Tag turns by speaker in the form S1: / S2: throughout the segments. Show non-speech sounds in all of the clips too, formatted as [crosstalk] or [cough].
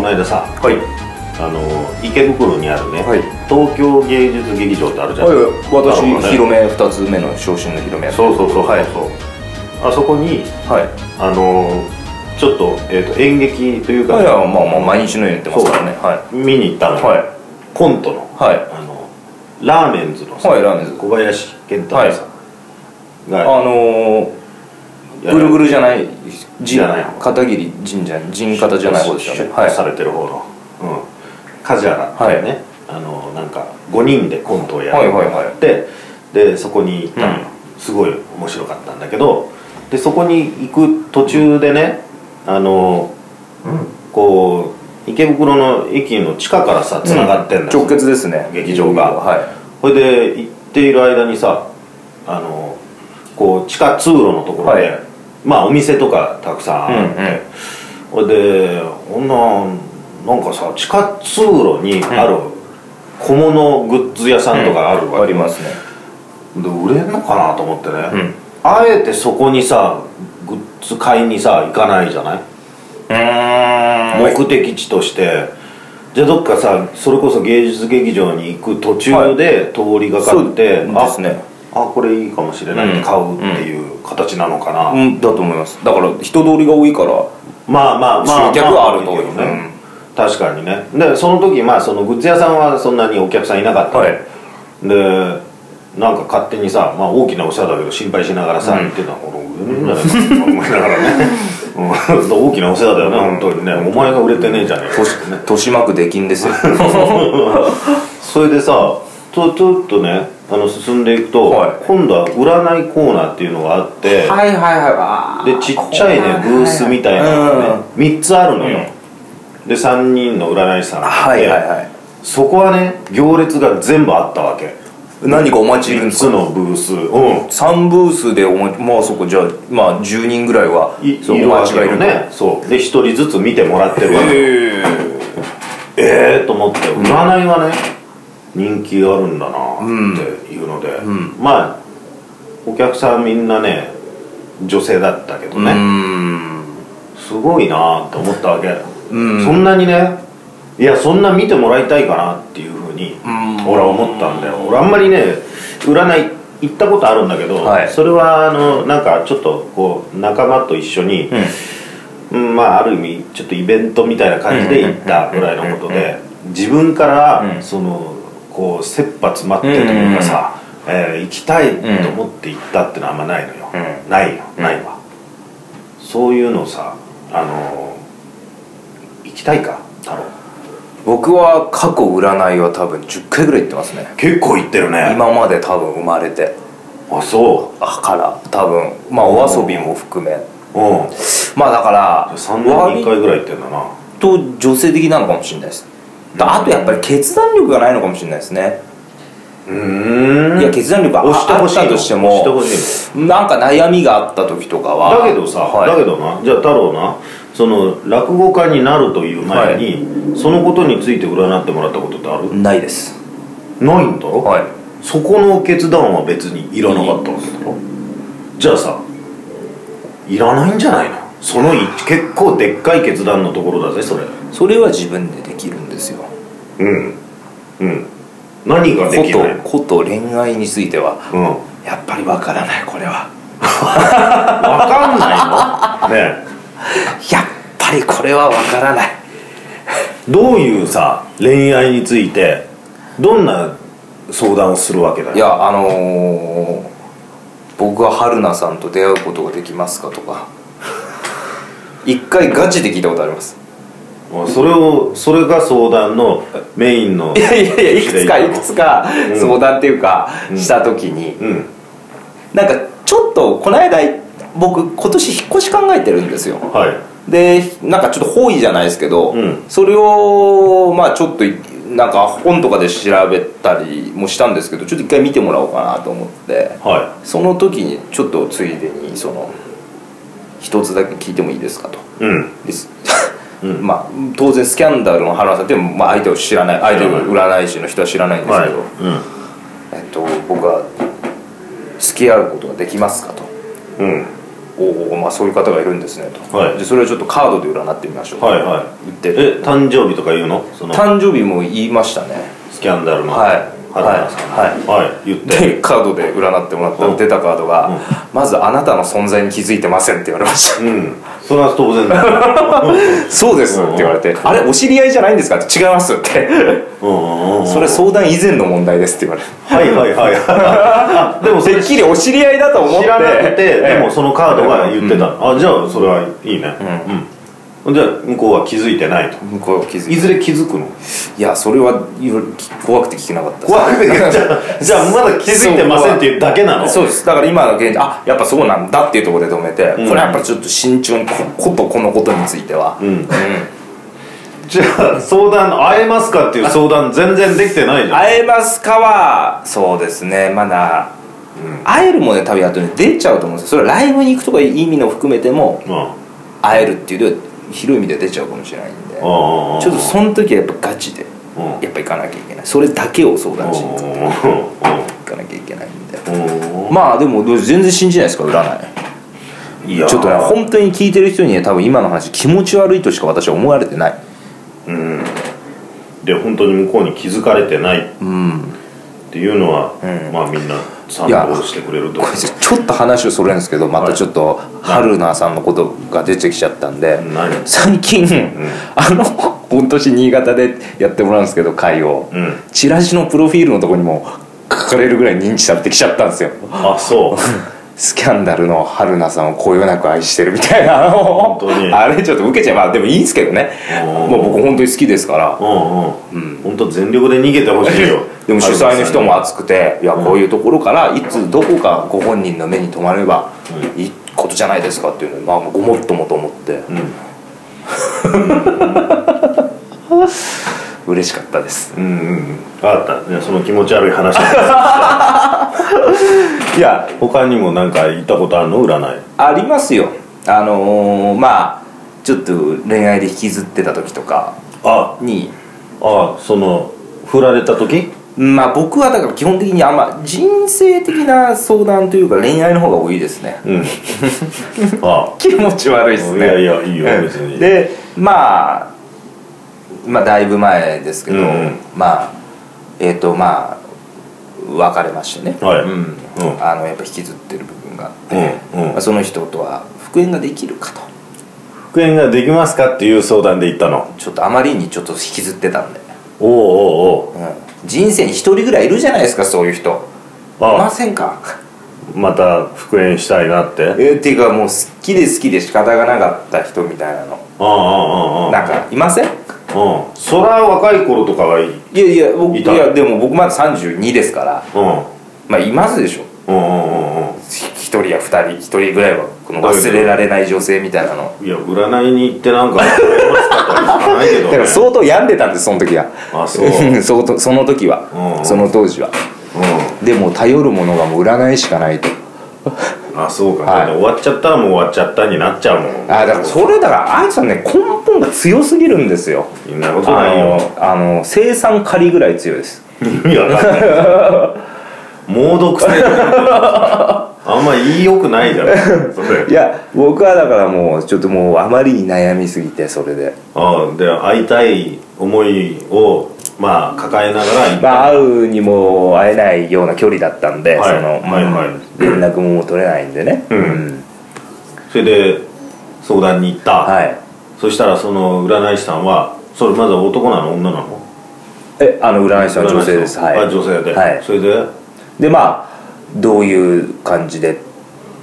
S1: の間さ
S2: はい
S1: あの池袋にあるね、
S2: はい
S1: 東京芸術劇場ってあるじゃん、な
S2: 私
S1: るほどね
S2: 広め2つ目の昇進の広め
S1: そうそうそうそう、
S2: はい
S1: あそこに
S2: はい
S1: あのちょっと,、えー、と演劇というか、
S2: いやまあまあ毎日のように言ってますからねは
S1: 見に行ったの
S2: い
S1: よ、
S2: は
S1: コントの
S2: いは
S1: あのラーメンズの
S2: い
S1: さ、
S2: はいラーメンズ
S1: 小林健太郎さん
S2: あ
S1: が、
S2: の
S1: やら
S2: ー、ぐ
S1: れ
S2: るぐるじゃない
S1: じゃない方
S2: 片桐神社神方じゃない方ですよ
S1: 出
S2: ねは
S1: 版
S2: い
S1: されてる方の、うん、梶原っていうね、あのなんか5人でコントをやる
S2: はいはいはい
S1: ででそこに行ったのよ、すごい面白かったんだけどでそこに行く途中でねあの、こう池袋の駅の地下からさつながってんだよ、
S2: 直結ですね
S1: 劇場が
S2: はい
S1: それで行っている間にさあのこう地下通路のところで、
S2: はい
S1: まあお店とかたくさんあ
S2: う
S1: る、
S2: んうん
S1: ほいでこんななんかさ地下通路にある小物グッズ屋さんとかあるわ
S2: あ
S1: け、
S2: りますね
S1: で売れんのかなと思ってね、
S2: うん
S1: あえてそこにさグッズ買いにさ行かないじゃない、
S2: う
S1: 目的地としてじゃあどっかさそれこそ芸術劇場に行く途中で通りがかって、
S2: そう
S1: あ
S2: ですね
S1: あこれいいかもしれないって買うっていう形なのかな、
S2: んだと思いますだから人通りが多いから
S1: まあまあまあ
S2: 集客はあると
S1: ま
S2: 思うよ
S1: いいよね、確かにねでその時まあそのグッズ屋さんはそんなにお客さんいなかった、
S2: はい
S1: でなんか勝手にさ、まあ、大きなお世話だけど心配しながらさ、言ってたのこの売れねえんじゃないかなと思いながらね、うん、大きなお世話だよね本当にねお前が売れてねえじゃねえか
S2: とし豊島区出
S1: [laughs]
S2: 禁ですよ
S1: それでさちょちょっとねあの進んでいくと、
S2: はい
S1: 今度は占いコーナーっていうのがあって、
S2: いはいは
S1: でちっちゃいねブースみたいなのがね、3つあるのよ、で3人の占い師さんが
S2: はいい
S1: て
S2: はいはい
S1: そこはね行列が全部あったわけ
S2: 何かお待ちいるん
S1: 3
S2: です
S1: つ
S2: か
S1: のブースうん
S2: 3ブースでお待ちまあそこじゃあまあ10人ぐらいはいそう
S1: いる
S2: お
S1: わ
S2: 待
S1: け
S2: ちがい
S1: よ
S2: る
S1: ねそうで1人ずつ見てもらってるわけ
S2: へえ
S1: ええー、と思って占いがね人気あるんだなっていうので、まあお客さんみんなね女性だったけどね、すごいなって思ったわけ、そんなにねいやそんな見てもらいたいかなっていうふうに俺は思ったんだよ俺あんまりね占い行ったことあるんだけど、
S2: はい
S1: それはあのなんかちょっとこう仲間と一緒に、うんまあある意味ちょっとイベントみたいな感じで行ったぐらいのことで自分からそのこう切羽詰まってというかさ、えー行きたいと思って行ったってのはあんまないのよ、
S2: う
S1: ないよないわ、そういうのさあのー行きたいか太郎
S2: 僕は過去占いは多分10回ぐらい行ってますね
S1: 結構行ってるね
S2: 今まで多分生まれて
S1: あそ
S2: あから多分まあお遊びも含め
S1: ううん
S2: まあだから
S1: 3年に1回ぐらい行ってんだな
S2: と女性的なのかもしれないですあとやっぱり決断力がないのかもしれないですね、
S1: うーん
S2: いや決断力は
S1: 押して
S2: あ
S1: ほ
S2: っ
S1: しいの
S2: たとし
S1: 押して
S2: て
S1: ほ
S2: も
S1: しいの
S2: なんか悩みがあった時とかは
S1: だけどさ、
S2: はい
S1: だけどなじゃあ太郎なその落語家になるという前に、そのことについて占ってもらったことってある、
S2: ないです
S1: ないんだろ、
S2: はい
S1: そこの決断は別にいらなかったわけだろじゃあさいらないんじゃないのそのい結構でっかい決断のところだぜそれ
S2: それは自分でできるんですよ
S1: うんうん何が
S2: こ
S1: できないの
S2: とこと恋愛については
S1: うん分
S2: やっぱりわからないこれは
S1: かん
S2: [laughs]
S1: ないのねえ
S2: やっぱりこれはわからない
S1: どういうさ恋愛についてどんな相談をするわけだよ
S2: いやあのー、僕は春菜さんと出会うことができますかとか一回ガチで聞いたことあります
S1: それをそれが相談のメインの
S2: いやいやいやいくつかいくつか
S1: うん
S2: 相談っていうか、した時に
S1: うん
S2: なんかちょっとこの間僕今年引っ越し考えてるんですよ
S1: はい
S2: でなんかちょっと方位じゃないですけど、
S1: うん
S2: それをまあちょっとなんか本とかで調べたりもしたんですけどちょっと一回見てもらおうかなと思って
S1: は
S2: その時にちょっとついでにその一つだけ聞いてもいいですかと
S1: いうん
S2: です、 [laughs] まあ当然スキャンダルの話さんってまあ相手を知らない相手の占い師の人は知らないんです
S1: は
S2: け
S1: い
S2: ど、
S1: う
S2: えっと、僕は付き合うことができますかと
S1: んうん
S2: おうおうまあそういう方がいるんですねと、
S1: はい
S2: でそれをちょっとカードで占ってみましょう
S1: はいは
S2: 言っ
S1: い
S2: て
S1: え誕生日とか言うのその
S2: 誕生日も言いましたね
S1: スキャンダルの
S2: はい
S1: 原田さんはい、はい、言って
S2: でカードで占ってもらった
S1: うん
S2: ら出たカードが、
S1: うん
S2: まずあなたの存在に気づいてませんって言われまし
S1: うんそれは当然だ
S2: [laughs]
S1: よ
S2: たそうですって言われてあれお知り合いじゃないんですかって違いますって
S1: うんうんうん
S2: それ相談以前の問題ですって言われて
S1: はいはい
S2: [laughs]
S1: はいあでもそ
S2: て
S1: れ
S2: っきりお知り合いだと思って
S1: 知らなくてでもそのカードが言って
S2: うん
S1: たの、あじゃあそれはいいねうん、じゃあ向こうは気づいてないと
S2: 向こうが気づい
S1: い
S2: て
S1: ずれ気づくの
S2: いやそれはいろいろ怖くて聞けなかった
S1: 怖く
S2: [laughs]
S1: てじゃあじゃあまだ気づいてませんっていうだけなの
S2: そうですだから今の現状あやっぱそうなんだっていうところで止めて、
S1: ん
S2: これはやっぱりちょっと慎重にこことこのことについては、
S1: うんじゃあ相談会えますかっていう相談全然できてないじゃん
S2: 会えますかはそうですねまだ、会えるもね多分やっとね出ちゃうと思うんですよそれはライブに行くとかいう意味の含めても
S1: うん
S2: 会えるっていうよりは広い意味で出ちゃうかもしれないんでちょ
S1: ああ
S2: っとその時はやっぱガチで
S1: うん
S2: やっぱ行かなきゃいけないそれだけを相談しに行
S1: う
S2: かなきゃいけないんで
S1: んうんうんうん
S2: まあでも全然信じないですか占い
S1: いや
S2: ちょっとね本当に聞いてる人にね多分今の話気持ち悪いとしか私は思われてない
S1: うんで本当に向こうに気づかれてない
S2: うん
S1: っていうのは、
S2: うん
S1: まあみんな賛同してくれると
S2: これちょっと話をそれるんですけどまたちょっと春菜さんのことが出てきちゃったんで
S1: 何
S2: 最近、あの今年新潟でやってもらうんですけど会を、
S1: うん
S2: チラシのプロフィールのとこにも書かれるぐらい認知されてきちゃったんですよ
S1: あそう
S2: スキャンダルの春菜さんをこよなく愛してるみたいなあの
S1: 本当に
S2: あれちょっと受けちゃうまあでもいいんですけどね
S1: うん
S2: もう僕本当に好きですから
S1: うんうん、本当全力で逃げてほし [laughs] いよ
S2: [laughs] でも主催の人も熱くていやこういうところからいつどこかご本人の目に留まればいいことじゃないですかっていうのでまあごもっともと思って嬉しかったです
S1: うんうんうん分かったじゃあその気持ち悪い話 [laughs] だ
S2: いや
S1: 他にもなんか行ったことあるの占い
S2: ありますよあのーまあちょっと恋愛で引きずってた時とか
S1: あ
S2: に
S1: あその振られた時
S2: まあ僕はだから基本的にあんま人生的な相談というか恋愛の方が多いです
S1: [laughs]
S2: ね [laughs]
S1: うんあ
S2: 気持ち悪いです
S1: い
S2: ね
S1: やいやいいよ別に
S2: でまあまあだいぶ前ですけど、
S1: うん
S2: まあえっ、とまあ別れましてね、
S1: はい
S2: うん
S1: うん
S2: あのやっぱ引きずってる部分があって、
S1: うんうん
S2: まあ、その人とは復縁ができるかと
S1: 復縁ができますかっていう相談で行ったの
S2: ちょっとあまりにちょっと引きずってたんで、
S1: おうおうおう
S2: うん、人生に一人ぐらいいるじゃないですかそういう人いま
S1: あ
S2: せんか
S1: また復縁したいなって
S2: えっていうかもう好きで好きで仕方がなかった人みたいなの
S1: ああああああ
S2: なんかいません
S1: うんそら若い頃とかはいいうん
S2: いやいや僕
S1: い
S2: い
S1: た
S2: やでも僕まだ32ですからまあいますでし
S1: う
S2: ょ
S1: んうんうん
S2: 一人や二人一人ぐらいはこの忘れられない女性みたいなの
S1: うんいや占いに行ってなんか
S2: [laughs]
S1: 楽しかったりしかないけど
S2: だ
S1: ね
S2: から相当病んでたんですその時は
S1: あそう
S2: [laughs] 相当その時は
S1: うん
S2: その当時はでも頼るものがもう占いしかないと
S1: うんあそうか、
S2: はい
S1: 終わっちゃったらもう終わっちゃったになっちゃうもん
S2: あだからそれだからあいさんね根本が強すぎるんですよ
S1: そんなこと
S2: あ
S1: ないよ
S2: のあの生産仮ぐらい強いです
S1: 意味わかん
S2: [laughs]
S1: ない猛毒性あんま言いよくないじゃんそれ
S2: いや僕はだからもうちょっともうあまりに悩みすぎてそれで
S1: ああで会いたい思いをまあ抱えながら行った
S2: まあ会うにも会えないような距離だったんで、
S1: はい
S2: その、
S1: はいはい
S2: 連絡ももう取れないんでね
S1: うんそれで相談に行った、
S2: はい
S1: そしたらその占い師さんはそれまず男なの女なの
S2: えあの占い師さんは女性ですはい
S1: あ女性で、
S2: はい
S1: それで
S2: でまあどういう感じで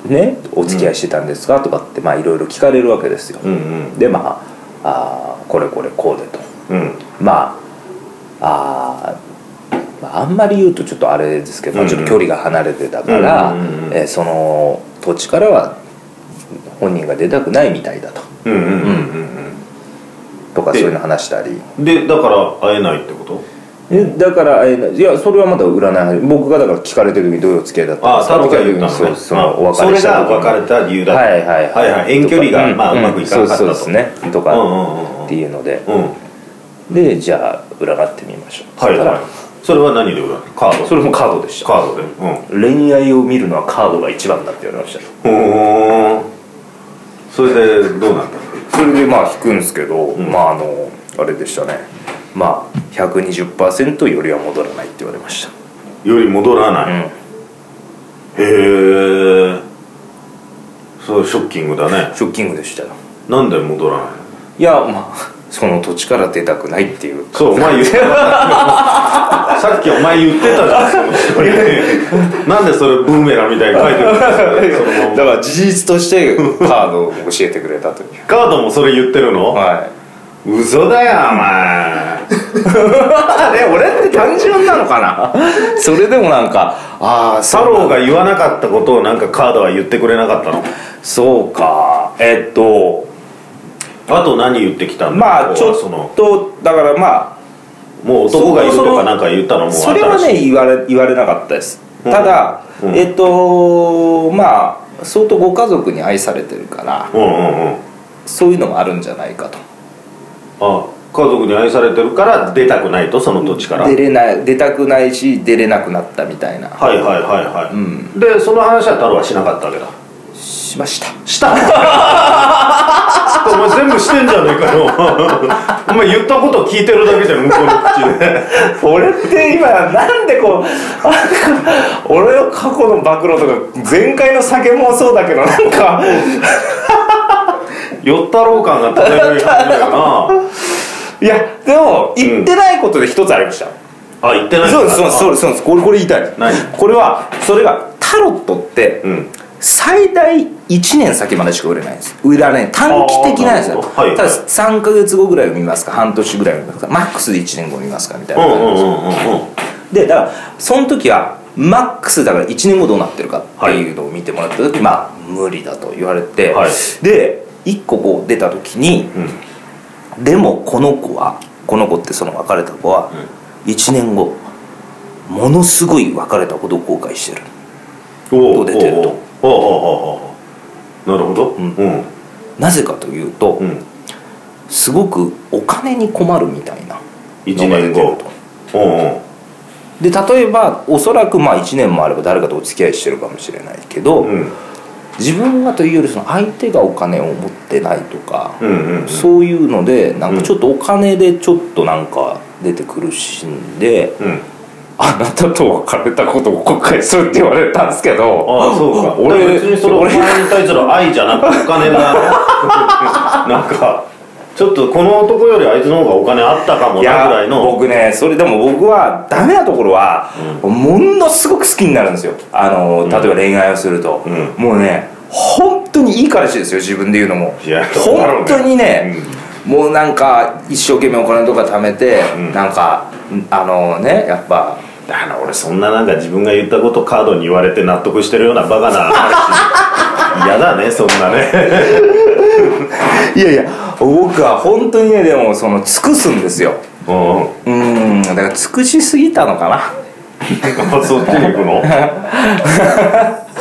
S2: ねお付き合いしてたんですか、とかってまあいろいろ聞かれるわけですよ、
S1: うんうん
S2: でまああーこれこれこうでと
S1: うん
S2: まああー、まあ、あんまり言うとちょっとあれですけど、まあちょっと距離が離れてたから、
S1: うんうんうん
S2: えーその土地からは本人が出たくないみたいだと
S1: うんうんうんうん
S2: とか
S1: で
S2: そういうの話したり
S1: うんでだから会えないってこと
S2: えだからえーいやそれはまだ占い僕がだから聞かれてる時にどういうお付き合いだった
S1: あ
S2: んで
S1: あ
S2: すか
S1: 太郎が言ったの
S2: とかい
S1: ね
S2: うその
S1: あ
S2: お別れした
S1: それが別れた理由だ
S2: はいはい
S1: はいはい遠距離がまあうまくいかなかったと
S2: そうそうですねと
S1: うんう
S2: か
S1: んうんうん
S2: っていうので
S1: うんは
S2: でじゃあ占ってみましょう
S1: い
S2: そしたら
S1: はいそれは何で占うカード
S2: それもカードでした
S1: カードでうん
S2: 恋愛を見るのはカードが一番だって言われました
S1: ほーんそれでどうなったの
S2: それでまあ引くんですけど、
S1: ん
S2: まああのあれでしたねまあ120%よりは戻らないって言われまし
S1: より戻ら
S2: た
S1: ない、
S2: うん
S1: へえそれショッキングだね
S2: ショッキングでしたよ
S1: なんで戻らないの
S2: いやまあその土地から出たくないっていう
S1: そうお前言ってたさっきお前言ってたじゃんその人になんでそれブーメランみたいに書いてるんですかそのま
S2: [laughs] だ
S1: ま
S2: から事実としてカードを教えてくれたという
S1: カードもそれ言ってるの
S2: [laughs] は
S1: 嘘だよお前
S2: いえ俺って単純なのかな [laughs] それでもなんかああ
S1: 太郎が言わなかったことをなんかカードは言ってくれなかったの
S2: [laughs] そうかえっと
S1: あと何言ってきたんだ
S2: まあち
S1: 男
S2: ょ
S1: はその
S2: っとだからま
S1: もう男がいる
S2: そ
S1: と
S2: の
S1: かなんか言ったの
S2: あ
S1: もう
S2: それは
S1: 新しい
S2: ね言われ言われなかったです
S1: うん
S2: ただ
S1: うん
S2: えっとまあ相当ご家族に愛されてるから
S1: うんうんうん
S2: そういうのもあるんじゃないかと
S1: あ家族に愛されてるから出たくないとその土地からは
S2: 出
S1: い
S2: れない出たくないし出れなくなったみたいな
S1: はいはいはい、
S2: う
S1: でその話は太郎はしなかったわけだ
S2: しました [laughs]
S1: したお前全部してんじゃねえ
S2: [laughs]
S1: かよお前言ったこと聞いてるだけじゃん向こうの口で
S2: [laughs] 俺って今なんでこうあ [laughs] 俺の過去の暴露とか前回の酒もそうだけどなんか
S1: 寄ったろう感が漂い始めたよない
S2: やでも言ってないことで一つありました、
S1: あ言ってない
S2: そうですそうですそう
S1: う
S2: ですそうですこれこれ言いたい
S1: 何
S2: これはそれがタロットって
S1: うん
S2: 最大1年先までしか売れないんです売られない短期的なんです
S1: あーな
S2: よ
S1: るほどはい
S2: ただ3か月後ぐらいを見ますか半年ぐらいを見ますかマックスで1年後を見ますかみたい
S1: うん
S2: な感
S1: う
S2: じ
S1: ん
S2: なんです
S1: う
S2: よ
S1: んうんうん
S2: でだからその時はマックスだから1年後どうなってるかっていうのを見てもらった時、まあ無理だと言われて、
S1: はい
S2: で1個こう出た時に、でもこの子はこの子ってその別れた子は、1年後ものすごい別れたことを後悔してる
S1: おう
S2: と出てると
S1: おうおうおうおうおうなるほどうんうん
S2: なぜかというと、
S1: うん
S2: すごくお金に困るみたいな
S1: 1
S2: のが出
S1: 年
S2: て
S1: 後
S2: ると。
S1: うんうん
S2: で例えばおそらくまあ1年もあれば誰かとお付き合いしてるかもしれないけど、
S1: うん
S2: 自分がというよりその相手がお金を持ってないとか、
S1: うんうん
S2: そういうのでなん
S1: う
S2: か
S1: ん
S2: ちょっとお金でちょっとなんか出て苦しんで、
S1: うん
S2: あなたと別れたことを後悔するって言われたんですけど
S1: ああそうか俺
S2: 俺
S1: 別にそれお
S2: 俺
S1: 前に対する愛じゃなくてお金 [laughs] だなんかちょっとこの男よりあいつの方がお金あったかも
S2: い
S1: なぐら
S2: や
S1: いの
S2: 僕ねそれでも僕はダメなところは、ものすごく好きになるんですよあの例えば恋愛をすると、
S1: うん
S2: もうね本当にいい彼氏ですよ自分で言うのも
S1: いやそうだろうね
S2: 本当にね、もうなんか一生懸命お金とか貯めて、
S1: うん
S2: なんかあのねやっぱ
S1: だから俺そんななんか自分が言ったことカードに言われて納得してるようなバカな [laughs] 話嫌だねそんなね
S2: いやいや僕は本当にねでもその尽くすんですよ
S1: [laughs] うん
S2: うーんだから尽くしすぎたのかな
S1: そっちに行く [laughs] の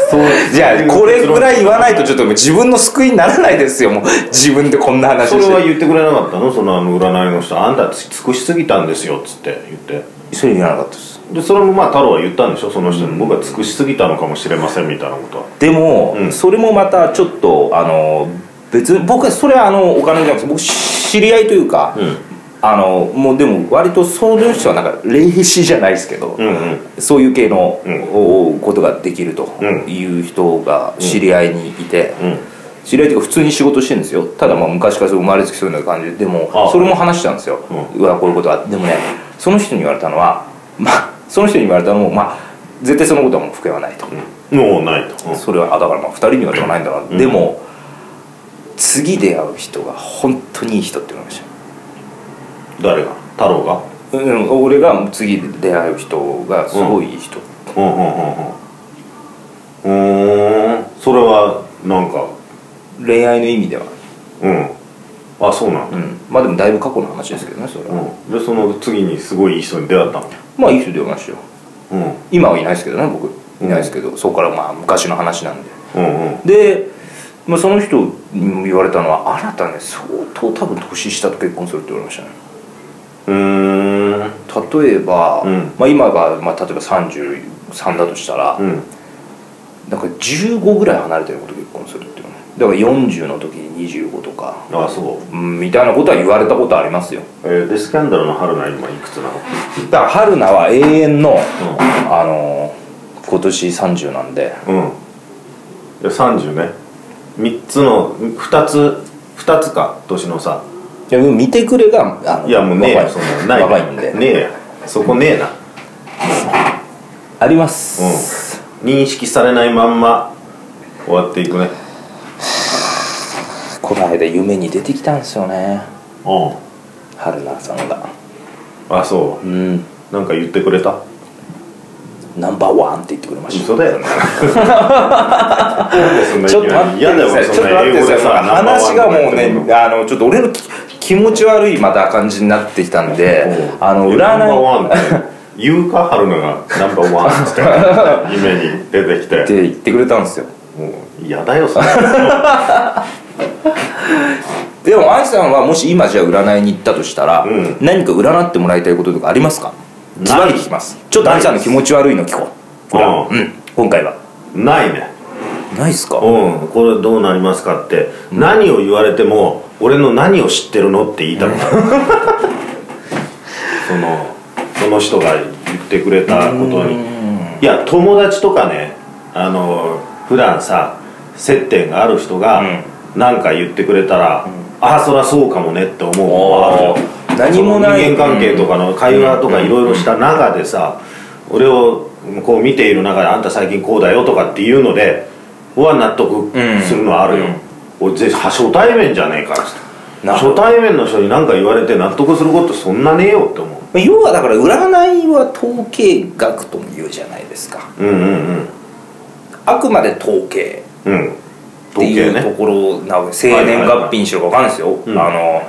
S1: そう
S2: じゃあこれぐらい言わないとちょっともう自分の救いにならないですよもう自分でこんな話
S1: そ
S2: し
S1: れは
S2: て
S1: 言ってくれなかったのそのあの占いの人あんたつ尽くしすぎたんですよっつって言って
S2: それ言わなかったです
S1: でそれもまあ太郎は言ったんでしょその人に、僕は尽くしすぎたのかもしれませんみたいなことは
S2: でも、
S1: うん
S2: それもまたちょっとあの別に僕はそれはあのお金じゃなくて僕知り合いというか、
S1: ん
S2: あのもうでも割とそういう人はなんか霊視じゃないですけど、
S1: うんうん
S2: そういう系の、
S1: うん
S2: おことができると
S1: うん
S2: いう人が知り合いにいて、
S1: うん
S2: 知り合いというか普通に仕事してるんですよただまあ昔からそう生まれつきそういうの感じででも
S1: ああ
S2: それも話したんですよ、うわこういうことはでもねその人に言われたのはまあその人に言われたのもまあ絶対そのことはもう含まないと、
S1: もうないと、うん
S2: それはあだからまあ2人にはではないんだな、でも次出会う人が本当にいい人って言われまし
S1: 誰が太郎が
S2: た、うん、俺が次出会う人がすごいいい人、
S1: うんうんうんうんうーんそれはなんか
S2: 恋愛の意味では
S1: うんあそうなん
S2: う
S1: だ、
S2: んまあでもだいぶ過去の話ですけどねそれは、
S1: うん、でその次にすごいいい人に出会ったの
S2: まあいい人出会いましたよ
S1: うん
S2: 今はいないですけどね僕いないですけど、そこからまあ昔の話なんで
S1: うんうん
S2: で、まあ、その人に言われたのはあなたね相当多分年下と結婚するって言われましたね
S1: うーん
S2: 例えば、
S1: うん
S2: まあ、今が、まあ、例えば33だとしたら、
S1: うん
S2: なんか15ぐらい離れてること結婚するっていうのだから40の時に25とか、
S1: あそ
S2: うん、みたいなことは言われたことありますよ
S1: う、えー、でスキャンダルの春菜今いくつなの
S2: だから春菜は永遠の、あのー今年30なんで
S1: うんで30ね3つの2つ2つか年の差
S2: いやでも見てくれがあの
S1: いやもうねえ
S2: 若
S1: よそんなのない
S2: 若いんで、
S1: ねえよそこねえな
S2: あります、
S1: うん認識されないまんま終わっていくね
S2: この間夢に出てきたんですよね
S1: う
S2: 春菜さんが
S1: んあそ
S2: うん
S1: うなんか言ってくれた
S2: ナンバーワンって言ってくれました
S1: 嘘だよ
S2: [laughs]
S1: ねなんでそんな
S2: ちょっと待って
S1: 嫌だ
S2: く
S1: よ
S2: ださい。ち
S1: そ
S2: ょっ
S1: ん
S2: と
S1: な
S2: 待っ
S1: 英語
S2: てく
S1: で
S2: ださ
S1: さ
S2: い。話がもう
S1: ナンバーワンとか言ってんの
S2: ね、あのちょっと俺のき気持ち悪いまた感じになってきたんで、あの
S1: いやナンバー
S2: 占い
S1: ワンって言うか春菜がナンバーワンっつって夢に出てき
S2: ってて言ってくれたんですよ。
S1: もう嫌だよ
S2: [laughs]
S1: それ
S2: でもアイさんはもし今じゃあ占いに行ったとしたら、
S1: うん
S2: 何か占ってもらいたいこととかありますか？
S1: ない
S2: ズバリ聞きます。ちょっとアイさんの気持ち悪いの聞こう。
S1: う
S2: うん。今回は
S1: んないね
S2: ないっすか？
S1: うんこれどうなりますかって、何を言われても俺の何を知ってるのって言いたくな
S2: [laughs]
S1: るそのその人が言ってくれたことにいや友達とかねあの普段さ接点がある人が何か言ってくれたら、ああそりゃそうかもねって思うのはあるよ
S2: おー何もない
S1: その人間関係とかの会話とかいろいろした中でさ俺をこう見ている中で「あんた最近こうだよ」とかっていうので俺は納得するのはあるよ、俺ぜ初対面じゃねえからっつって
S2: なるほ
S1: 初対面の人に何か言われて納得することそんなねえよって思
S2: まあ要はだから占いは統計学とも言うじゃないですか。
S1: ううんうん
S2: あくまで統計。
S1: うんうん
S2: っていうところなわけ生年月日にしろわかんないですよ、
S1: いはい
S2: あの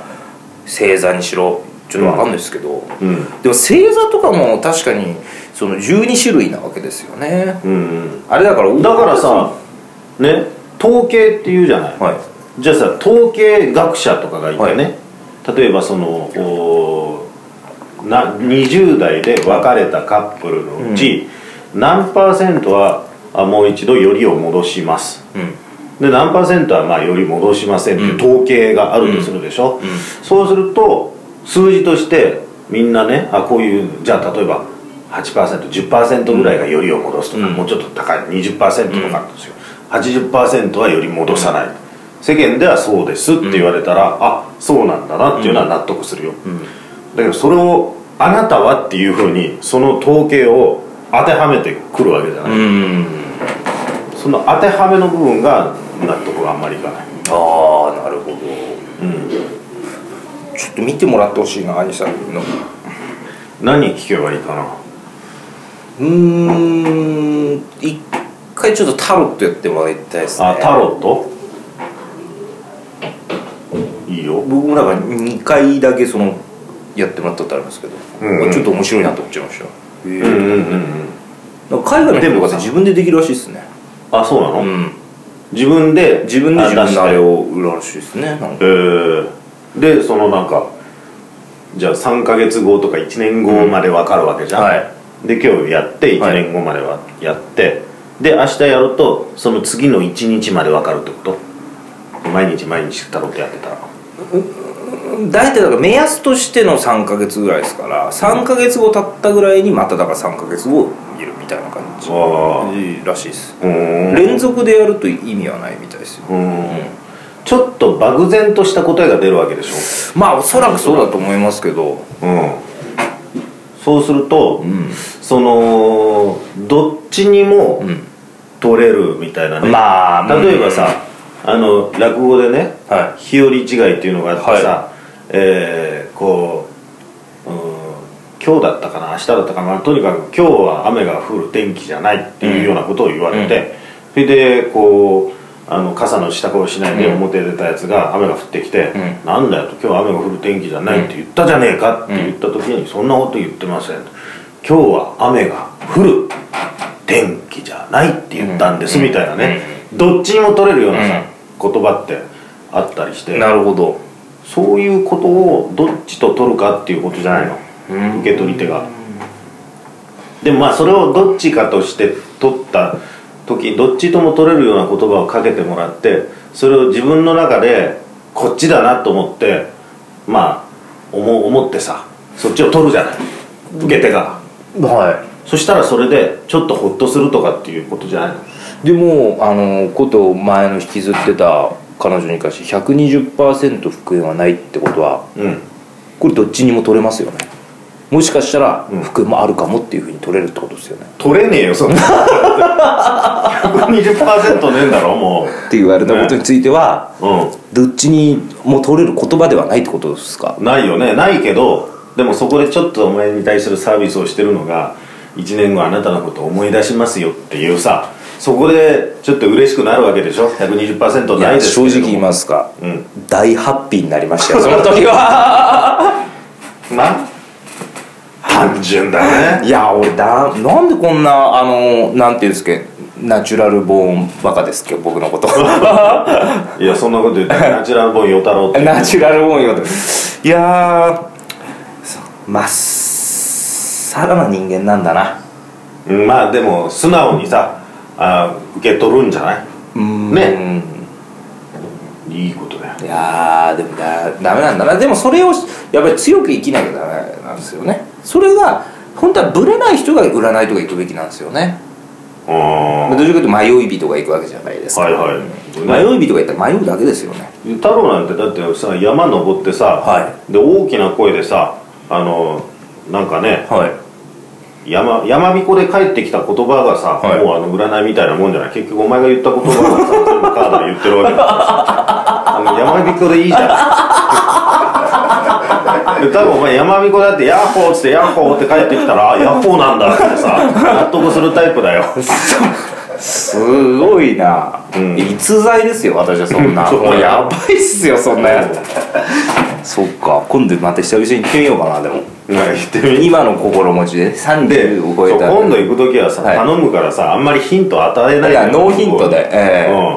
S2: 星座にしろちょっとわかんないですけど、
S1: うん
S2: でも星座とかも確かにその12種類なわけですよね
S1: うん
S2: あれだから
S1: うんだからさね統計っていうじゃない、
S2: はい
S1: じゃあさ統計学者とかがいてね、例えばそのおーな20代で別れたカップルのうち、何パーセントはあもう一度よりを戻します
S2: うん
S1: で何パーセントはまあより戻しませんっていう統計があるとするでしょ、そうすると数字としてみんなねあこういうじゃあ例えば 8%10% ぐらいがよりを戻すとか、もうちょっと高い20%とかあるんですよ、80%はより戻さない、世間ではそうですって言われたら、あそうなんだなっていうのは納得するよ、だけどそれを「あなたは」っていうふうにその統計を当てはめてくるわけじゃない、
S2: うん
S1: その当てはめの部分が納得があんまりいかない
S2: ああなるほど、ちょっと見てもらってほしいな兄さんの
S1: 何聞けばいいかな
S2: うーん一回ちょっとタロットやってもらいたいですね
S1: あタロットいいよ
S2: 僕もだから2回だけそのやってもらったことありますけど、
S1: うんうん
S2: ちょっと面白いなと思っちゃいましたよ
S1: うんうんうん
S2: なんか海外の人
S1: で
S2: と
S1: も
S2: かっ
S1: さ
S2: て自分でできるらしいですね
S1: あそうなの、
S2: うん
S1: 自分で
S2: 自分で自分のあれ
S1: を
S2: を売るらしいですねなんか
S1: えー、でそのなんかじゃあ3か月後とか1年後まで分かるわけじゃん、
S2: うんはい
S1: で今日やって1年後まではやって、で明日やるとその次の1日まで分かるってこと毎日毎日タロットやってたら
S2: 大体だから目安としての3ヶ月ぐらいですから3ヶ月後経ったぐらいにまただから3ヶ月後いるみたいな感じ
S1: あ
S2: らしいです
S1: うーん
S2: 連続でやると意味はないみたいですよ
S1: うんちょっと漠然とした答えが出るわけでしょ
S2: まあおそらくそうだと思いますけど
S1: うん、そうすると、そのどっちにも
S2: ん
S1: 取れるみたいなね、
S2: まあ
S1: 例えばさ、あの落語でね
S2: は
S1: 日和違いっていうのがあってさ、
S2: は
S1: えーこう、うん、今日だったかな明日だったかなとにかく今日は雨が降る天気じゃないっていうようなことを言われて、それでこうあの傘の支度をしないで表へ出たやつが雨が降ってきて「なんだよ」と「今日は雨が降る天気じゃない」って言ったじゃねえかって言った時に「そんなこと言ってません」今日は雨が降る天気じゃない」って言ったんですみたいなねどっちにも取れるようなさ言葉ってあったりして
S2: いなるほど
S1: そういうことをどっちと取るかっていうことじゃないの、
S2: うん
S1: 受け取り手が、でもまあそれをどっちかとして取った時どっちとも取れるような言葉をかけてもらってそれを自分の中でこっちだなと思ってまあ思う思ってさそっちを取るじゃない受け手が
S2: は
S1: そしたらそれでちょっとホッとするとかっていうことじゃないの
S2: いでもあのこと前の引きずってた彼女に関して120%復縁はないってことは
S1: うん
S2: これどっちにも取れますよねもしかしたら復縁もあるかもっていうふうに取れるってことですよね、
S1: 取れねえよそんな120%ねえんだろも
S2: って言われたことについては、
S1: ううん
S2: どっちにも取れる言葉ではないってことですか
S1: ないよねないけどでもそこでちょっとお前に対するサービスをしてるのが1年後あなたのことを思い出しますよっていうさそこでちょっと嬉しくなるわけでしょ120%
S2: い
S1: ない
S2: や
S1: ですけ
S2: 正
S1: れど
S2: 直
S1: も
S2: 言いますか、
S1: うん
S2: 大ハッピーになりましたよ [laughs] その時は
S1: まあ単純だね
S2: いや俺だなんでこんなあのなんていうんですけナチュラルボーンバカですけど僕のこと
S1: いやそんなこと言ってナチュラルボーン与太郎って
S2: ナチュラルボーンよいやーまっさらな人間なんだな
S1: うんまあでも素直にさあ受け取るんじゃない
S2: うん
S1: ねいいことだよ
S2: いやーでもだダメなんだなでもそれをやっぱり強く生きなきゃダメなんですよねそれが本当はブレない人が占いとか行くべきなんですよね
S1: あ
S2: まあどちらかというと迷い人が行くわけじゃないですか、
S1: はいはい
S2: 迷い人が行ったら迷うだけですよね
S1: ゆ太郎なんてだってさ山登ってさ、
S2: は
S1: で大きな声でさあのなんかね
S2: はい
S1: 山山彦で帰ってきた言葉がさ、
S2: はい
S1: もうあの占いみたいなもんじゃない結局お前が言った言葉がさ全部カードで言ってるわけだからさあの山彦でいいじゃんで多分お前山彦だって「ヤッホー」っつって「ヤッホー」って帰ってきたら「あヤッホーなんだ」ってさ納得するタイプだよ
S2: すごいな、
S1: うん
S2: 逸材ですよ私はそん
S1: [laughs]
S2: な
S1: そう
S2: もうやばいっすよそんなやつ [laughs] そっか今度また久々に行ってみようかなでも
S1: なんか言ってみ
S2: 今の心持ちで
S1: で
S2: 30を超
S1: そう
S2: えた
S1: 今度行く時はさ、
S2: はい
S1: 頼むからさあんまりヒント与えないで
S2: いやノーヒントで、ええ
S1: うん、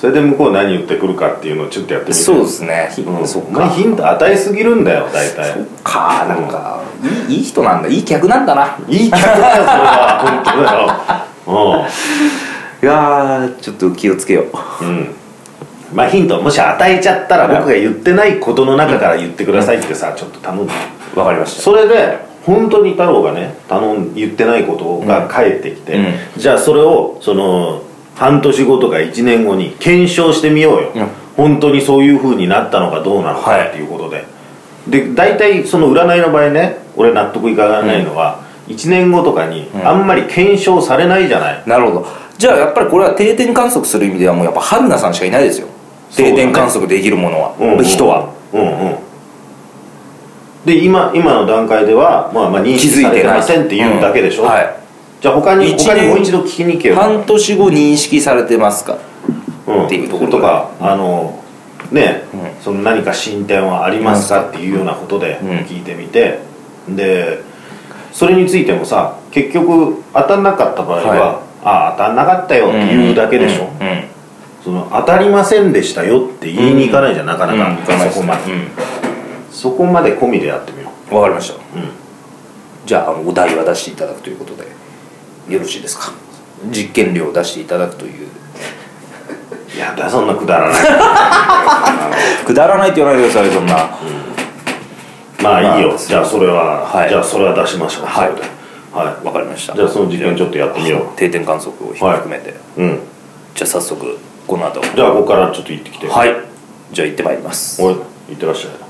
S1: それで向こう何言ってくるかっていうのをちょっとやってみて
S2: そうですね、ひ
S1: うん、
S2: そっ
S1: まあ
S2: か
S1: ヒント与えすぎるんだよ大体
S2: かなんかいいいい人なんだいい客なんだない
S1: い客だよそれは本
S2: いやーちょっと気をつけよう
S1: 当だようん、うん、まあヒントもし与えちゃったら僕が言ってないことの中から言ってくださいってさちょっと頼む
S2: わかりまし
S1: それで本当に太郎がね頼ん言ってないことが返ってきて、
S2: うん
S1: じゃあそれをその半年後とか1年後に検証してみようよ、
S2: うん
S1: 本当にそういう風になったのかどうなの
S2: は
S1: か
S2: い
S1: っていうことで、で大体その占いの場合ね俺納得いかないのは、1年後とかにあんまり検証されないじゃない、
S2: なるほどじゃあやっぱりこれは定点観測する意味ではもうやっぱ春菜さんしかいないですよ
S1: そうだ
S2: 定
S1: ね
S2: 点観測できるものは、
S1: うんうん
S2: 人は
S1: うんうんで今今の段階では、まあ、まあ認
S2: 気
S1: 識
S2: づ
S1: され
S2: いて
S1: て
S2: ない
S1: ませんって言うだけでしょ、
S2: うんはい
S1: じゃあ他に
S2: 一年
S1: 他にもう一度聞きに行けよ
S2: 半年後認識されてますか
S1: うん
S2: っていうところ
S1: とか、あのね、その何か進展はありますかっていうようなことで
S2: うん
S1: 聞いてみて、でそれについてもさ結局当たんなかった場合は、
S2: は
S1: ああ当たんなかったよっていうだけでしょ、
S2: うんうん
S1: その当たりませんでしたよって言いに行かないじゃん、なかな
S2: うんうん
S1: か、そこまで、そこまで込みでやってみよう
S2: うんわかりました、
S1: ん
S2: じゃああのお題は出していただくということでよろしいですか実験料を出していただくという
S1: やだそんなくだらない
S2: くだらないって言わないでくださいそんな、
S1: まあいい
S2: [laughs] ま
S1: よ
S2: あ
S1: じゃあそれは、
S2: はい
S1: じゃあそれは出しましょう
S2: はい
S1: それでは
S2: わかりました
S1: じゃあその実験ちょっとやってみよう
S2: あ定点観測を含めて、
S1: い、うん、
S2: じゃあ早速この後
S1: じゃあここからちょっと行ってきて
S2: はいじゃあ行ってまいります
S1: おい行ってらっしゃい